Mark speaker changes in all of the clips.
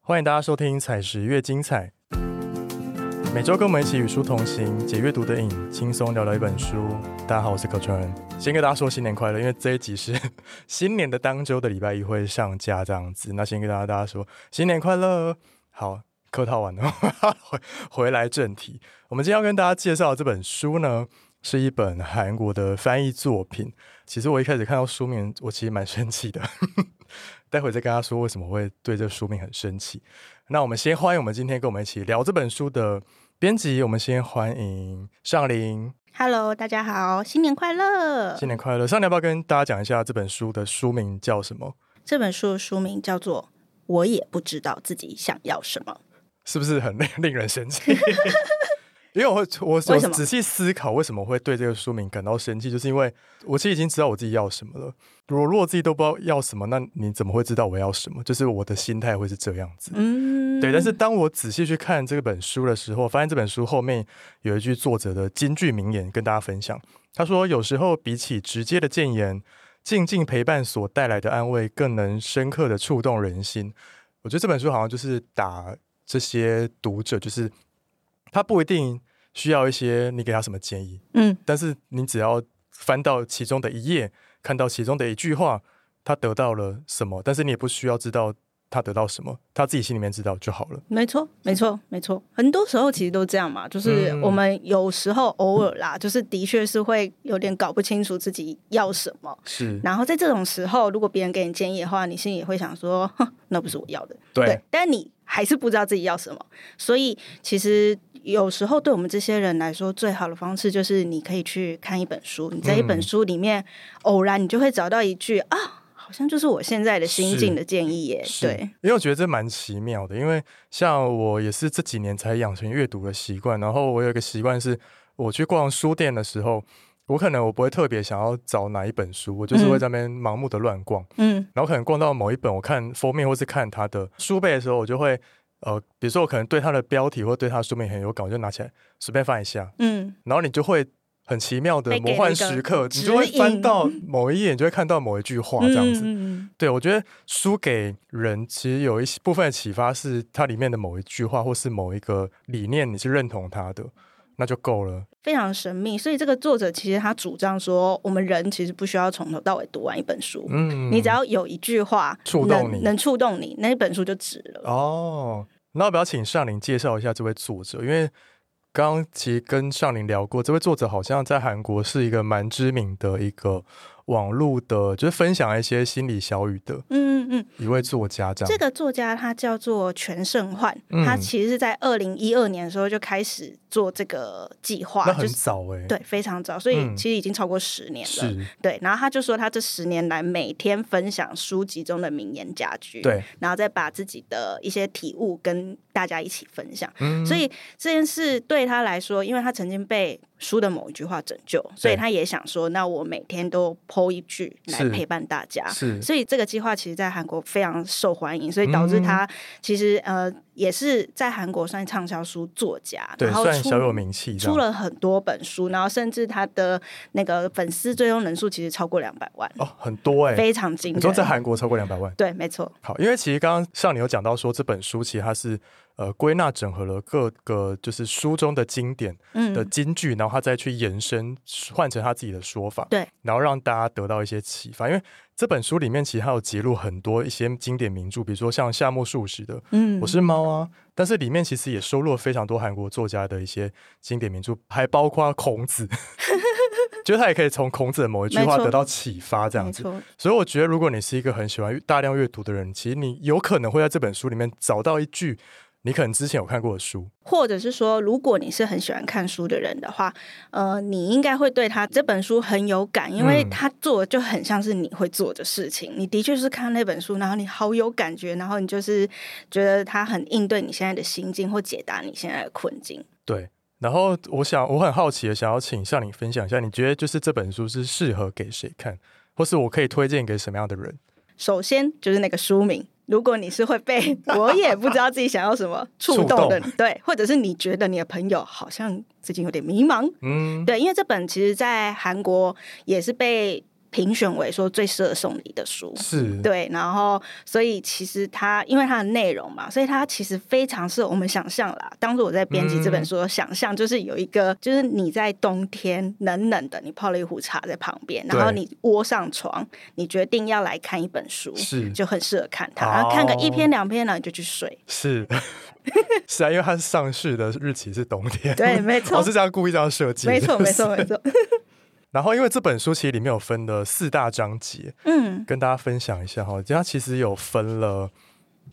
Speaker 1: 欢迎大家收听《采石越精彩》，每周跟我们一起与书同行，解阅读的瘾，轻松聊聊一本书。大家好，我是可川，先跟大家说新年快乐，因为这一集是新年的当周的礼拜一会上架这样子。那先跟大家大家说新年快乐。好，客套完了， 回回来正题，我们今天要跟大家介绍的这本书呢，是一本韩国的翻译作品。其实我一开始看到书名，我其实蛮生气的。待会再跟他说为什么会对这书名很生气。那我们先欢迎我们今天跟我们一起聊这本书的编辑，我们先欢迎尚林，
Speaker 2: Hello，大家好，新年快乐！
Speaker 1: 新年快乐！尚林要不要跟大家讲一下这本书的书名叫什么？
Speaker 2: 这本书的书名叫做《我也不知道自己想要什么
Speaker 1: 是不是很 令令人生气？因为我会，我
Speaker 2: 为
Speaker 1: 我
Speaker 2: 什么
Speaker 1: 仔细思考为什么会对这个书名感到生气，就是因为我其实已经知道我自己要什么了。如果如果自己都不知道要什么，那你怎么会知道我要什么？就是我的心态会是这样子》。。
Speaker 2: 嗯，
Speaker 1: 对，但是当我仔细去看这本书的时候，发现这本书后面有一句作者的金句名言跟大家分享。他说：“有时候比起直接的谏言，静静陪伴所带来的安慰，更能深刻的触动人心。”我觉得这本书好像就是打这些读者，就是他不一定需要一些你给他什么建议，
Speaker 2: 嗯，
Speaker 1: 但是你只要翻到其中的一页，看到其中的一句话，他得到了什么，但是你也不需要知道他得到什么，他自己心里面知道就好了。
Speaker 2: 没错，没错，没错。很多时候其实都这样嘛，就是
Speaker 1: 嗯
Speaker 2: 我们有时候偶尔啦，就是的确是会有点搞不清楚自己要什么。
Speaker 1: 是
Speaker 2: 然后在这种时候，如果别人给你建议的话，你心里也会想说，哼，那不是我要的。
Speaker 1: 对，
Speaker 2: 但你还是不知道自己要什么，所以其实有时候对我们这些人来说，最好的方式就是你可以去看一本书，你在一本
Speaker 1: 嗯
Speaker 2: 书里面、偶然你就会找到一句啊，好像就是我现在的心境的建议耶，
Speaker 1: 是
Speaker 2: 对，，
Speaker 1: 因为我觉得这蛮奇妙的，因为像我也是这几年才养成阅读的习惯，然后我有一个习惯是，我去逛书店的时候，我可能我不会特别想要找哪一本书，我就是会在那边盲目的乱逛，
Speaker 2: 嗯
Speaker 1: 然后可能逛到某一本，我看封面或是看它的书背的时候，我就会。呃，比如说我可能对它的标题或对它的书名很有感，我就拿起来随便翻一下，
Speaker 2: 嗯，
Speaker 1: 然后你就会很奇妙的
Speaker 2: 被给
Speaker 1: 魔幻
Speaker 2: 了一个
Speaker 1: 时刻，你
Speaker 2: 指
Speaker 1: 就会翻
Speaker 2: 引
Speaker 1: 到某一页，你就会看到某一句话这样子。
Speaker 2: 嗯
Speaker 1: 对，我觉得书给人其实有一些部分的启发是它里面的某一句话或是某一个理念，你是认同它的，那就够了。
Speaker 2: 非常神秘，所以这个作者其实他主张说，我们人其实不需要从头到尾读完一本书，
Speaker 1: 嗯，
Speaker 2: 你只要有一句话
Speaker 1: 触动
Speaker 2: 能
Speaker 1: 你
Speaker 2: 能触动你，那本书就值了。
Speaker 1: 哦，那要不要请尚林介绍一下这位作者？因为刚刚其实跟尚林聊过，这位作者好像在韩国是一个蛮知名的一个网络的，就是分享一些心理小语的
Speaker 2: 嗯嗯嗯，
Speaker 1: 一位作家，这样。
Speaker 2: 这个作家他叫做全胜焕，
Speaker 1: 嗯
Speaker 2: 他其实是在二零一二年的时候就开始做这个计划
Speaker 1: 那，很
Speaker 2: 就是
Speaker 1: 早哎、
Speaker 2: 对非常早，所以
Speaker 1: 嗯
Speaker 2: 其实已经超过十年了。
Speaker 1: 是，
Speaker 2: 对，然后他就说他这十年来每天分享书籍中的名言佳句，，
Speaker 1: 对，
Speaker 2: 然后再把自己的一些体悟跟大家一起分享。
Speaker 1: 嗯
Speaker 2: 所以这件事对他来说，因为他曾经被书的某一句话拯救，所以
Speaker 1: 对
Speaker 2: 他也想说，那我每天都剖一句来
Speaker 1: 是
Speaker 2: 陪伴大家。
Speaker 1: 是
Speaker 2: 所以这个计划其实在韩国非常受欢迎，所以导
Speaker 1: 嗯
Speaker 2: 致他其实、呃也是在韩国算畅销书作家，
Speaker 1: 对，
Speaker 2: 然后
Speaker 1: 算
Speaker 2: 出
Speaker 1: 小有名气这样，
Speaker 2: 出了很多本书，然后甚至他的那个粉丝最终人数其实超过两百万，
Speaker 1: 哦，很多哎、
Speaker 2: 非常惊
Speaker 1: 你说在
Speaker 2: 人。
Speaker 1: 韩国超过两百万？
Speaker 2: 对，没错，
Speaker 1: 好，因为其实刚刚像你有讲到说，这本书其实它是呃归纳整合了各个就是书中的经典
Speaker 2: 嗯
Speaker 1: 的，金句，然后他再去延伸换成他自己的说法，
Speaker 2: 对，
Speaker 1: 然后让大家得到一些启发。因为这本书里面其实它有揭露很多一些经典名著，比如说像夏目漱石的
Speaker 2: 嗯
Speaker 1: 我是猫啊，但是里面其实也收录了非常多韩国作家的一些经典名著，还包括孔 子， 就是他也可以从孔子的某一句
Speaker 2: 没
Speaker 1: 话
Speaker 2: 错
Speaker 1: 得到启发，这样
Speaker 2: 没
Speaker 1: 子。
Speaker 2: 错，
Speaker 1: 所以我觉得，如果你是一个很喜欢大量阅读的人，其实你有可能会在这本书里面找到一句你可能之前有看过的书。
Speaker 2: 或者是说，如果你是很喜欢看书的人的话，呃，你应该会对他这本书很有感，因为
Speaker 1: 嗯
Speaker 2: 他做的就很像是你会做的事情。你的确是看那本书，然后你好有感觉，然后你就是觉得他很应对你现在的心境，或解答你现在的困境。
Speaker 1: 对，然后我想我很好奇的，想要请向你分享一下，你觉得就是这本书是适合给谁看，或是我可以推荐给什么样的人？
Speaker 2: 首先就是那个书名。如果你是会 被我也不知道自己想要什么触
Speaker 1: 触
Speaker 2: 动的
Speaker 1: 动，
Speaker 2: 对，或者是你觉得你的朋友好像最近有点迷茫，
Speaker 1: 嗯，
Speaker 2: 对，因为这本其实在韩国也是被。评选为说最适合送礼的书。
Speaker 1: 是，
Speaker 2: 对，然后所以其实它因为它的内容嘛，所以它其实非常适合我们想象啦。当初我在编辑
Speaker 1: 嗯
Speaker 2: 这本书，想象就是有一个，就是你在冬天冷冷的，你泡了一壶茶在旁边，然后
Speaker 1: 对
Speaker 2: 你窝上床，你决定要来看一本书，
Speaker 1: 是
Speaker 2: 就很适合看它。
Speaker 1: 哦
Speaker 2: 然后看个一篇两篇呢，你就去睡。
Speaker 1: 是是啊，因为它上市的日期是冬天，
Speaker 2: 对，没
Speaker 1: 我、
Speaker 2: 错，
Speaker 1: 哦是这样故意这样设计的，
Speaker 2: 没错，没错，
Speaker 1: 是
Speaker 2: 没。错。
Speaker 1: 然后因为这本书其实里面有分了四大章节，
Speaker 2: 嗯，
Speaker 1: 跟大家分享一下哈，它其实有分了，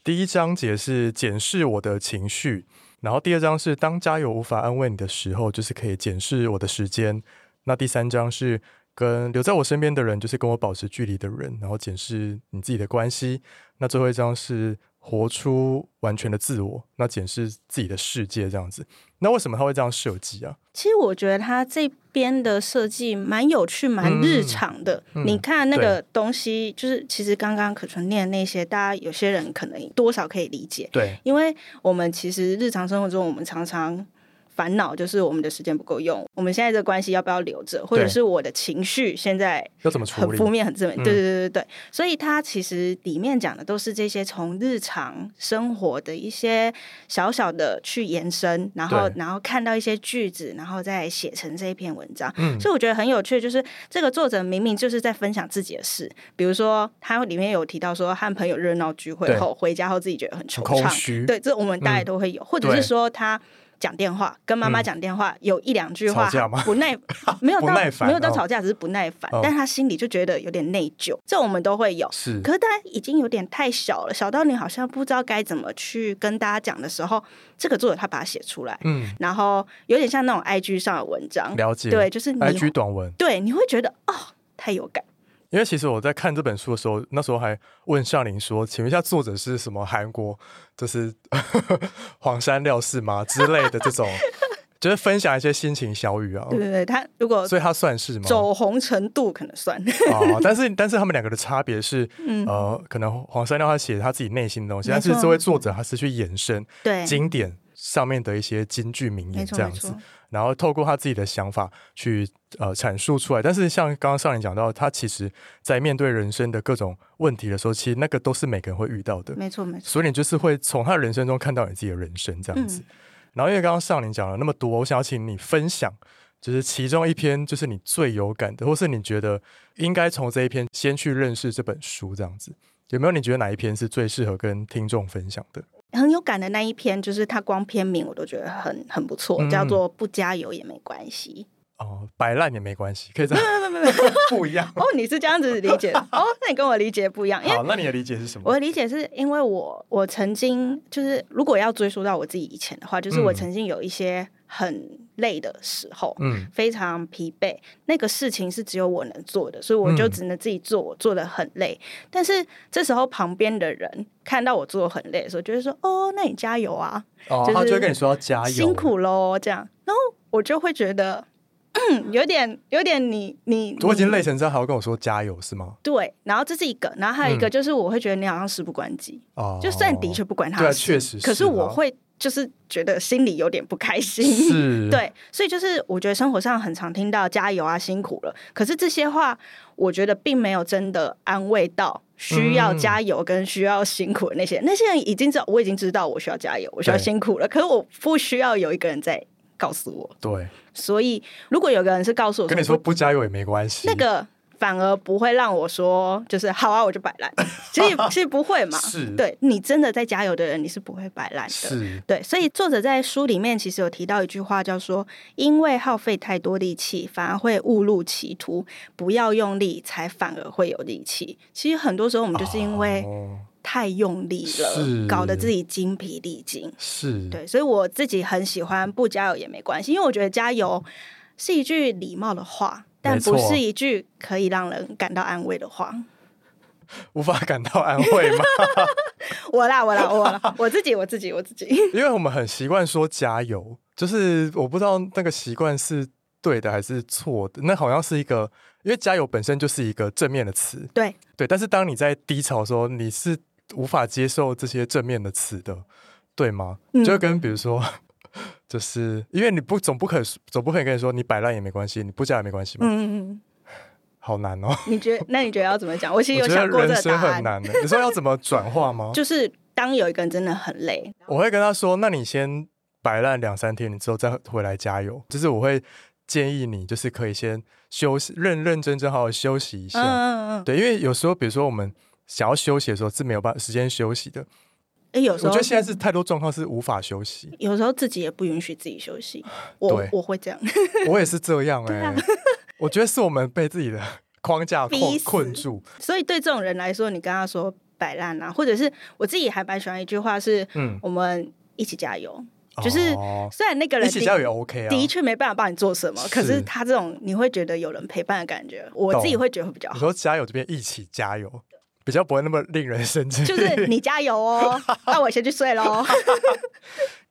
Speaker 1: 第一章节是检视我的情绪，然后第二章是当家友无法安慰你的时候，就是可以检视我的时间，那第三章是跟留在我身边的人，就是跟我保持距离的人，然后检视你自己的关系，那最后一章是活出完全的自我，那检视自己的世界这样子。那为什么他会这样设计啊？
Speaker 2: 其实我觉得它这边的设计蛮有趣、蛮日常的。
Speaker 1: 嗯
Speaker 2: 你看那个东西，就是其实刚刚可纯念的那些，大家有些人可能多少可以理解，
Speaker 1: 对，
Speaker 2: 因为我们其实日常生活中，我们常常。烦恼就是我们的时间不够用，我们现在这个关系要不要留着，或者是我的情绪现在
Speaker 1: 要怎么处
Speaker 2: 很
Speaker 1: 理？
Speaker 2: 负面、很正面，
Speaker 1: 嗯
Speaker 2: 对对对对对。所以它其实里面讲的都是这些从日常生活的一些小小的去延伸，然后
Speaker 1: 对
Speaker 2: 然后看到一些句子，然后再写成这一篇文章。
Speaker 1: 嗯
Speaker 2: 所以我觉得很有趣，就是这个作者明明就是在分享自己的事，比如说他里面有提到说和朋友热闹聚会
Speaker 1: 对
Speaker 2: 后回家后自己觉得很惆
Speaker 1: 很空虚嗯
Speaker 2: 怅，对，这我们大家都会有，或者
Speaker 1: 对
Speaker 2: 是说他。讲电话跟妈妈
Speaker 1: 嗯
Speaker 2: 讲电话，有一两句话
Speaker 1: 吵架吗
Speaker 2: 不耐，没有
Speaker 1: 不
Speaker 2: 到
Speaker 1: 耐烦
Speaker 2: 没有到
Speaker 1: 哦
Speaker 2: 吵架，只是不耐烦，
Speaker 1: 哦
Speaker 2: 但他心里就觉得有点内疚，这我们都会有。
Speaker 1: 是
Speaker 2: 可是大家已经有点太小了，小到你好像不知道该怎么去跟大家讲的时候，这个作者他把它写出来，
Speaker 1: 嗯，
Speaker 2: 然后有点像那种 IG 上的文章，
Speaker 1: 了解。
Speaker 2: 对，就是你
Speaker 1: ，IG 短文。
Speaker 2: 对你会觉得哦，太有感，
Speaker 1: 因为其实我在看这本书的时候，那时候还问向林说：“请问一下，作者是什么韩国，就是 黄山料事吗之类的这 种，就是分享一些心情小语啊。
Speaker 2: 对对对，他如果
Speaker 1: 所以他算是吗？
Speaker 2: 走红程度可 能算，
Speaker 1: 哦，但是但是他们两个的差别是，
Speaker 2: 嗯，
Speaker 1: 呃，可能黄山料他写他自己内心的东西，
Speaker 2: 没
Speaker 1: 但
Speaker 2: 错
Speaker 1: 是这位作者他是去延伸
Speaker 2: 对，
Speaker 1: 经典上面的一些金句名
Speaker 2: 没
Speaker 1: 言
Speaker 2: 错
Speaker 1: 这样
Speaker 2: 没
Speaker 1: 子
Speaker 2: 错，，
Speaker 1: 然后透过他自己的想法去呃阐述出来。但是像刚刚上人讲到，他其实在面对人生的各种问题的时候，其实那个都是每个人会遇到的，
Speaker 2: 没错没错，
Speaker 1: 所以你就是会从他的人生中看到你自己的人生这样子。
Speaker 2: 嗯
Speaker 1: 然后因为刚刚上林讲了那么多，我想要请你分享，就是其中一篇就是你最有感的，或是你觉得应该从这一篇先去认识这本书这样子。有没有你觉得哪一篇是最适合跟听众分享的？
Speaker 2: 很有感的那一篇，就是他光篇名我都觉得很很不错，
Speaker 1: 嗯
Speaker 2: 叫做不加油也没关系。
Speaker 1: 哦，摆烂也没关系，可以这样 不一样。
Speaker 2: 哦，你是这样子理 解的哦，那你跟我理解不一样，因为
Speaker 1: 好，那你的理解是什么？
Speaker 2: 我的理解是因为我我曾经就是如果要追溯到我自己以前的话，就是我
Speaker 1: 嗯
Speaker 2: 曾经有一些很累的时候。
Speaker 1: 嗯，
Speaker 2: 非常疲惫，那个事情是只有我能做的，所以我就
Speaker 1: 嗯
Speaker 2: 只能自己做，我做的很累。但是这时候旁边的人看到我做的很累的时候，就会说：“哦，那你加油啊，
Speaker 1: 哦，
Speaker 2: 就是
Speaker 1: 他就会跟你说要加油，
Speaker 2: 辛苦喽。”这样，然后我就会觉得 有点有点你你
Speaker 1: 我已经
Speaker 2: 你
Speaker 1: 累成这样，还要跟我说加油是吗？
Speaker 2: 对，然后这是一个，然后还有一
Speaker 1: 嗯
Speaker 2: 个就是我会觉得你好像事不关己，
Speaker 1: 哦，
Speaker 2: 就算的确不关他
Speaker 1: 对啊
Speaker 2: 的
Speaker 1: 确实
Speaker 2: 可
Speaker 1: 是
Speaker 2: 是我
Speaker 1: 啊
Speaker 2: 会就是觉得心里有点不开心。
Speaker 1: 是，，
Speaker 2: 对，所以就是我觉得生活上很常听到“加油啊，辛苦了”，可是这些话，我觉得并没有真的安慰到需要
Speaker 1: 嗯
Speaker 2: 加油跟需要辛苦的那些人。那些人已经知道，我已经知道我需要加油，我需要
Speaker 1: 对
Speaker 2: 辛苦了，可是我不需要有一个人在告诉我。
Speaker 1: 对，
Speaker 2: 所以，如果有个人是告诉我
Speaker 1: 跟你
Speaker 2: 不
Speaker 1: 说不加油也没关系，
Speaker 2: 那个反而不会让我说就是好啊，我 就摆烂。其实其实不会嘛，
Speaker 1: 是
Speaker 2: 对你真的在加油的人，你是不会摆烂的。
Speaker 1: 是
Speaker 2: 对，所以作者在书里面其实有提到一句话，叫说“因为耗费太多力气，反而会误入歧途；不要用力，才反而会有力气。”其实很多时候我们就是因为
Speaker 1: 哦
Speaker 2: 太用力
Speaker 1: 是
Speaker 2: 了，搞得自己精疲力尽。
Speaker 1: 是，
Speaker 2: 对，所以我自己很喜欢不加油也没关系，因为我觉得加油是一句礼貌的话，但
Speaker 1: 没错
Speaker 2: 不是一句可以让人感到安慰的话。
Speaker 1: 无法感到安慰吗？
Speaker 2: 我啦，我啦，我啦，我自己，我自己，我自己。
Speaker 1: 因为我们很习惯说加油，就是我不知道那个习惯是对的还是错的，那好像是一个，因为加油本身就是一个正面的词，
Speaker 2: 对
Speaker 1: 对，但是当你在低潮的时候，你是无法接受这些正面的词的，对吗？
Speaker 2: 嗯
Speaker 1: 就跟比如说， 就是因为你不总不可总不可以跟你说你摆烂也没关系，你不加也没关系嘛。
Speaker 2: 嗯，
Speaker 1: 好难哦。
Speaker 2: 你觉得？那你觉得要怎么讲？我其实
Speaker 1: 我
Speaker 2: 有
Speaker 1: 觉得
Speaker 2: 想过这
Speaker 1: 人
Speaker 2: 个
Speaker 1: 生
Speaker 2: 答
Speaker 1: 很
Speaker 2: 案，
Speaker 1: 难的。你说要怎么转化吗？
Speaker 2: 就是当有一个人真的很累，
Speaker 1: 我会跟他说：“那你先摆烂两三天，你之后再回来加油。”就是我会建议你，就是可以先休息，认认真真好好休息一
Speaker 2: 嗯
Speaker 1: 下。
Speaker 2: 嗯嗯，
Speaker 1: 对，因为有时候，比如说我们想要休息的时候是没有办法时间休息的。
Speaker 2: 哎，有
Speaker 1: 我
Speaker 2: 时
Speaker 1: 觉
Speaker 2: 候。
Speaker 1: 得现在是太多状况是无法休息
Speaker 2: 有时候自己也不允许自己 休息，我
Speaker 1: 对
Speaker 2: 我会这样，
Speaker 1: 我也是这样哎、
Speaker 2: 对啊
Speaker 1: 我觉得是我们被自己的 框架
Speaker 2: 逼
Speaker 1: 困
Speaker 2: 死
Speaker 1: 困住。
Speaker 2: 所以对这种人来说，你跟他说摆烂啊，或者是我自己还蛮喜欢一句话是，
Speaker 1: 嗯，
Speaker 2: 我们一起加油。就是
Speaker 1: 哦
Speaker 2: 虽然那个人
Speaker 1: 一起
Speaker 2: 的
Speaker 1: 加油也 OK 啊。
Speaker 2: 的确没办法帮你做什么，可
Speaker 1: 是
Speaker 2: 是他这种你会觉得有人陪伴的感觉，我自己
Speaker 1: 懂
Speaker 2: 会觉得会比较
Speaker 1: 你
Speaker 2: 好。
Speaker 1: 说加油这边一起加油，比较不会那么令人生气。
Speaker 2: 就是你加 油哦，那我先去睡喽。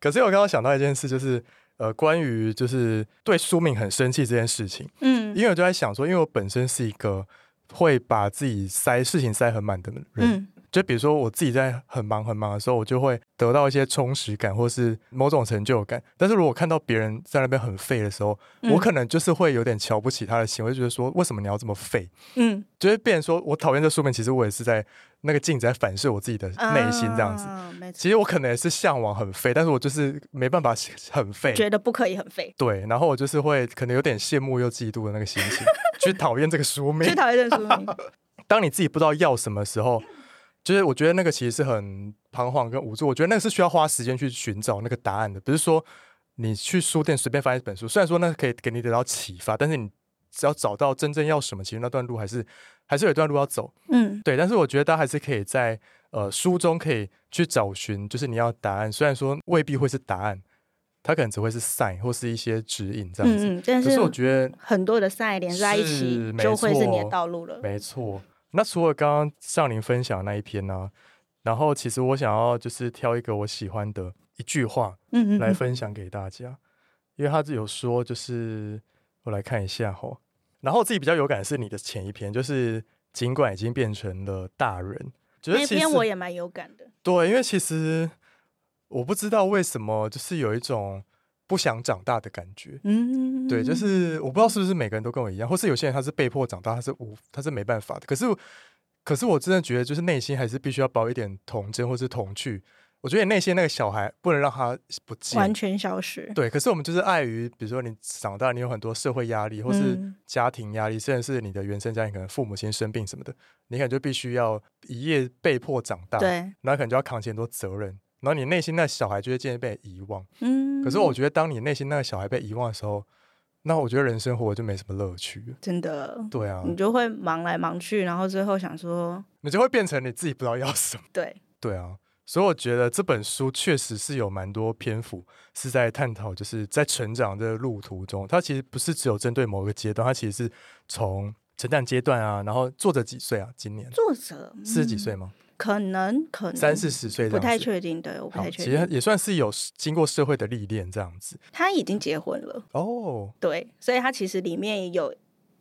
Speaker 1: 可是我刚刚想到一件事，就是呃，关于就是对书敏很生气这件事情，
Speaker 2: 嗯
Speaker 1: 因为我就在想说，因为我本身是一个会把自己塞事情塞很满的人，
Speaker 2: 嗯
Speaker 1: 就比如说我自己在很忙很忙的时候，我就会得到一些充实感或是某种成就感。但是如果看到别人在那边很废的时候，
Speaker 2: 嗯
Speaker 1: 我可能就是会有点瞧不起他的行为，就觉得说为什么你要这么废？
Speaker 2: 嗯，
Speaker 1: 就会变成说我讨厌这书敏，其实我也是在那个镜子在反射我自己的内心这样子。
Speaker 2: 啊没错，
Speaker 1: 其实我可能也是向往很废，但是我就是没办法很废。
Speaker 2: 觉得不可以很废，
Speaker 1: 对，然后我就是会可能有点羡慕又嫉妒的那个心 情，去讨厌这个书名
Speaker 2: 最。讨厌认输名。
Speaker 1: 当你自己不知道要什么时候，就是我觉得那个其实是很彷徨跟无助。我觉得那个是需要花时间去寻找那个答案的，不是说你去书店随便翻一本书，虽然说那可以给你得到启发，但是你只要找到真正要什么，其实那段路还是还是有一段路要走。
Speaker 2: 嗯
Speaker 1: 对，但是我觉得大家还是可以在呃书中可以去找寻，就是你要的答案，虽然说未必会是答案，它可能只会是 sign 或是一些指引这样子。
Speaker 2: 嗯嗯，但
Speaker 1: 可
Speaker 2: 是
Speaker 1: 是我觉得
Speaker 2: 很多的赛连在一起
Speaker 1: 是，
Speaker 2: 就会是
Speaker 1: 没
Speaker 2: 你的
Speaker 1: 错
Speaker 2: 道路了。
Speaker 1: 没错。那除了刚刚向您分享的那一篇呢、然后其实我想要就是挑一个我喜欢的一句话
Speaker 2: 嗯嗯
Speaker 1: 来
Speaker 2: 嗯，
Speaker 1: 分享给大家，因为他有说就是我来看一下哈，然后我自己比较有感的是你的前一篇，就是尽管已经变成了大人，觉得
Speaker 2: 那
Speaker 1: 其
Speaker 2: 篇
Speaker 1: 实
Speaker 2: 我也蛮有感的。
Speaker 1: 对，因为其实我不知道为什么，就是有一种不想长大的感觉。
Speaker 2: 嗯，
Speaker 1: 对，就是我不知道是不是每个人都跟我一样，或是有些人他是被迫长大，他是无他是没办法的。可是，可是我真的觉得，就是内心还是必须要保一点童真或是童趣。我觉得你内心那个小孩不能让他不
Speaker 2: 完
Speaker 1: 见。
Speaker 2: 全消失。
Speaker 1: 对，可是我们就是碍于，比如说你长大，你有很多社会压力，或是
Speaker 2: 嗯
Speaker 1: 家庭压力，甚至是你的原生家庭可能父母亲生病什么的，你可能就必须要一夜被迫长大。
Speaker 2: 对，
Speaker 1: 然后可能就要扛起很多责任，然后你内心那小孩就会渐渐被遗忘。
Speaker 2: 嗯。
Speaker 1: 可是我觉得，当你内心那个小孩被遗忘的时候，那我觉得人生活就没什么乐趣了。
Speaker 2: 真的，
Speaker 1: 对啊，
Speaker 2: 你就会忙来忙去，然后最后想说，
Speaker 1: 你就会变成你自己不知道要什么。
Speaker 2: 对，
Speaker 1: 对啊，所以我觉得这本书确实是有蛮多篇幅是在探讨，就是在成长的路途中，它其实不是只有针对某个阶段，它其实是从成长阶段啊，然后作者几岁啊？今年
Speaker 2: 作者
Speaker 1: 四十几
Speaker 2: 嗯
Speaker 1: 岁吗？
Speaker 2: 可能可能
Speaker 1: 三四十岁这
Speaker 2: 不
Speaker 1: 样
Speaker 2: 太
Speaker 1: 子
Speaker 2: 确定，对，我不
Speaker 1: 好，
Speaker 2: 太
Speaker 1: 其
Speaker 2: 确
Speaker 1: 实
Speaker 2: 定。
Speaker 1: 也算是有经过社会的历练这样子
Speaker 2: 他已经结婚了，
Speaker 1: 哦。
Speaker 2: 对，所以他其实里面有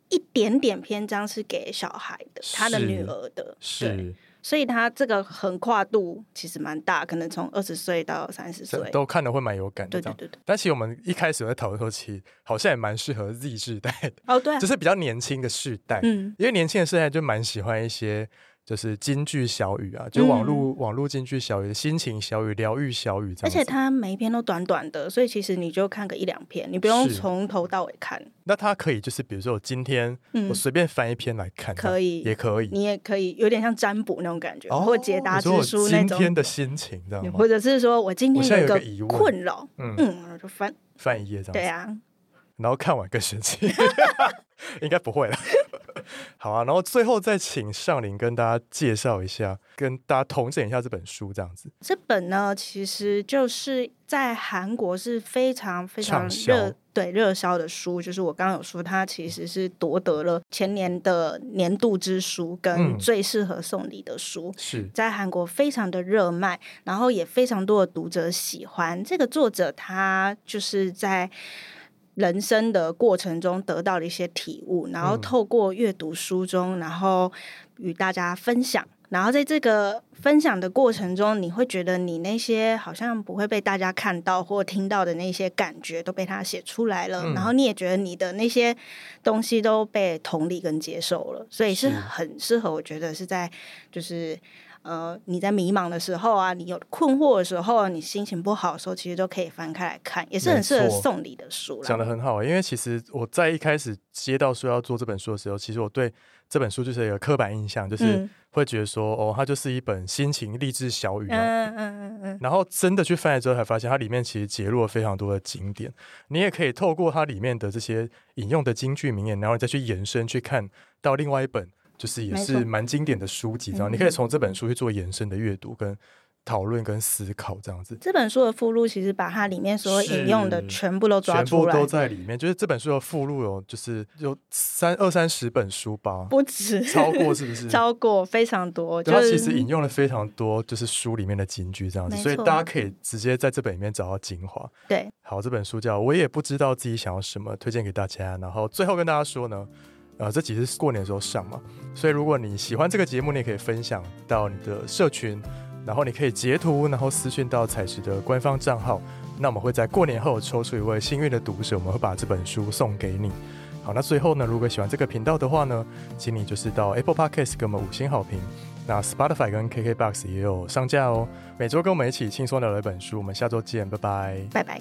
Speaker 2: 一点点篇章是给小孩的，他的
Speaker 1: 是
Speaker 2: 女儿的，对，
Speaker 1: 是，
Speaker 2: 所以他这个横跨度其实蛮大，可能从二十岁到三十岁，
Speaker 1: 这都看了会蛮有感的。
Speaker 2: 对
Speaker 1: 这
Speaker 2: 对
Speaker 1: 样。
Speaker 2: 对对，
Speaker 1: 但其实我们一开始有在讨论说，其实好像也蛮适合 Z 世代的，
Speaker 2: 哦对啊
Speaker 1: 就，是比较年轻的世代，
Speaker 2: 嗯
Speaker 1: 因为年轻的世代就蛮喜欢一些就是京剧小语
Speaker 2: 嗯
Speaker 1: 啊，就网络、网络京剧小语、心情小语、疗愈小语这样子。
Speaker 2: 而且它每一篇都短短的，所以其实你就看个一两篇，你不用
Speaker 1: 是
Speaker 2: 从头到尾看，
Speaker 1: 那它可以就是比如说我今天
Speaker 2: 嗯
Speaker 1: 我随便翻一篇来看，
Speaker 2: 可以
Speaker 1: 也可以，
Speaker 2: 你也可以有点像占卜那种感觉，
Speaker 1: 哦
Speaker 2: 或解答
Speaker 1: 你
Speaker 2: 之
Speaker 1: 说我
Speaker 2: 书那
Speaker 1: 今
Speaker 2: 种，
Speaker 1: 天的心情，这样吗
Speaker 2: 或？者是说我今
Speaker 1: 我
Speaker 2: 天
Speaker 1: 现在
Speaker 2: 一
Speaker 1: 有一个疑问
Speaker 2: 困扰，
Speaker 1: 嗯
Speaker 2: 嗯，我就翻，
Speaker 1: 翻一页这样子。
Speaker 2: 对啊，
Speaker 1: 然后看完更生气， 应该不会了。 好啊，然后最后再请尚林跟大家介绍一下，跟大家统整一下这本书，这样子。
Speaker 2: 这本呢，其实就是在韩国是非常非常
Speaker 1: 畅销
Speaker 2: 热对热销的书，就是我刚刚有说，它其实是夺得了前年的年度之书跟
Speaker 1: 嗯
Speaker 2: 最适合送礼的书。
Speaker 1: 是
Speaker 2: 在韩国非常的热卖，然后也非常多的读者喜欢。这个作者他就是在人生的过程中得到了一些体悟，然后
Speaker 1: 嗯
Speaker 2: 透过阅读书中，然后与大家分享。然后在这个分享的过程中，你会觉得你那些好像不会被大家看到或听到的那些感觉都被他写出来了，
Speaker 1: 嗯
Speaker 2: 然后你也觉得你的那些东西都被同理跟接受了，所以是
Speaker 1: 是
Speaker 2: 很适合，我觉得是在就是。呃，你在迷茫的时候啊，你有困惑的时候啊，你心情不好的时候，其实都可以翻开来看，也是
Speaker 1: 没
Speaker 2: 很适合
Speaker 1: 错
Speaker 2: 送礼的书啦。
Speaker 1: 讲的很好欸、因为其实我在一开始接到说要做这本书的时候，其实我对这本书就是有刻板印象，就是
Speaker 2: 嗯
Speaker 1: 会觉得说，哦，它就是一本心情励志小语、啊。
Speaker 2: 嗯嗯嗯嗯
Speaker 1: 然后真的去翻了之后，才发现它里面其实揭露了非常多的经典。你也可以透过它里面的这些引用的京剧名言，然后你再去延伸去看到另外一本，就是也
Speaker 2: 没
Speaker 1: 是
Speaker 2: 错嗯
Speaker 1: 蛮经典的书籍，这样你可以从这本书去做延伸的阅读、跟讨论、跟思考，这样子。
Speaker 2: 这本书的附录其实把它里面所有引用的
Speaker 1: 是
Speaker 2: 全部都抓
Speaker 1: 全
Speaker 2: 出
Speaker 1: 部
Speaker 2: 来，
Speaker 1: 都在里面，就是这本书的附录有，就是有三二三十本书吧，
Speaker 2: 不止
Speaker 1: 超过是不是？
Speaker 2: 超过非常多，
Speaker 1: 对，它
Speaker 2: 就
Speaker 1: 其
Speaker 2: 是
Speaker 1: 实引用了非常多，就是书里面的金句这样子，
Speaker 2: 没
Speaker 1: 所以
Speaker 2: 错
Speaker 1: 大家可以直接在这本里面找到精华。
Speaker 2: 对
Speaker 1: 好，这本书叫《我也不知道自己想要什么》，推荐给大家。然后最后跟大家说呢，呃，这集是过年的时候上嘛，所以如果你喜欢这个节目，你也可以分享到你的社群，然后你可以截图，然后私讯到彩石的官方账号。那我们会在过年后抽出一位幸运的读者，我们会把这本书送给你。好，那最后呢，如果喜欢这个频道的话呢，请你就是到 Apple Podcast 给我们五星好评。那 Spotify 跟 KKBox 也有上架哦。每周跟我们一起轻松聊聊一本书，我们下周见，拜拜。
Speaker 2: 拜拜。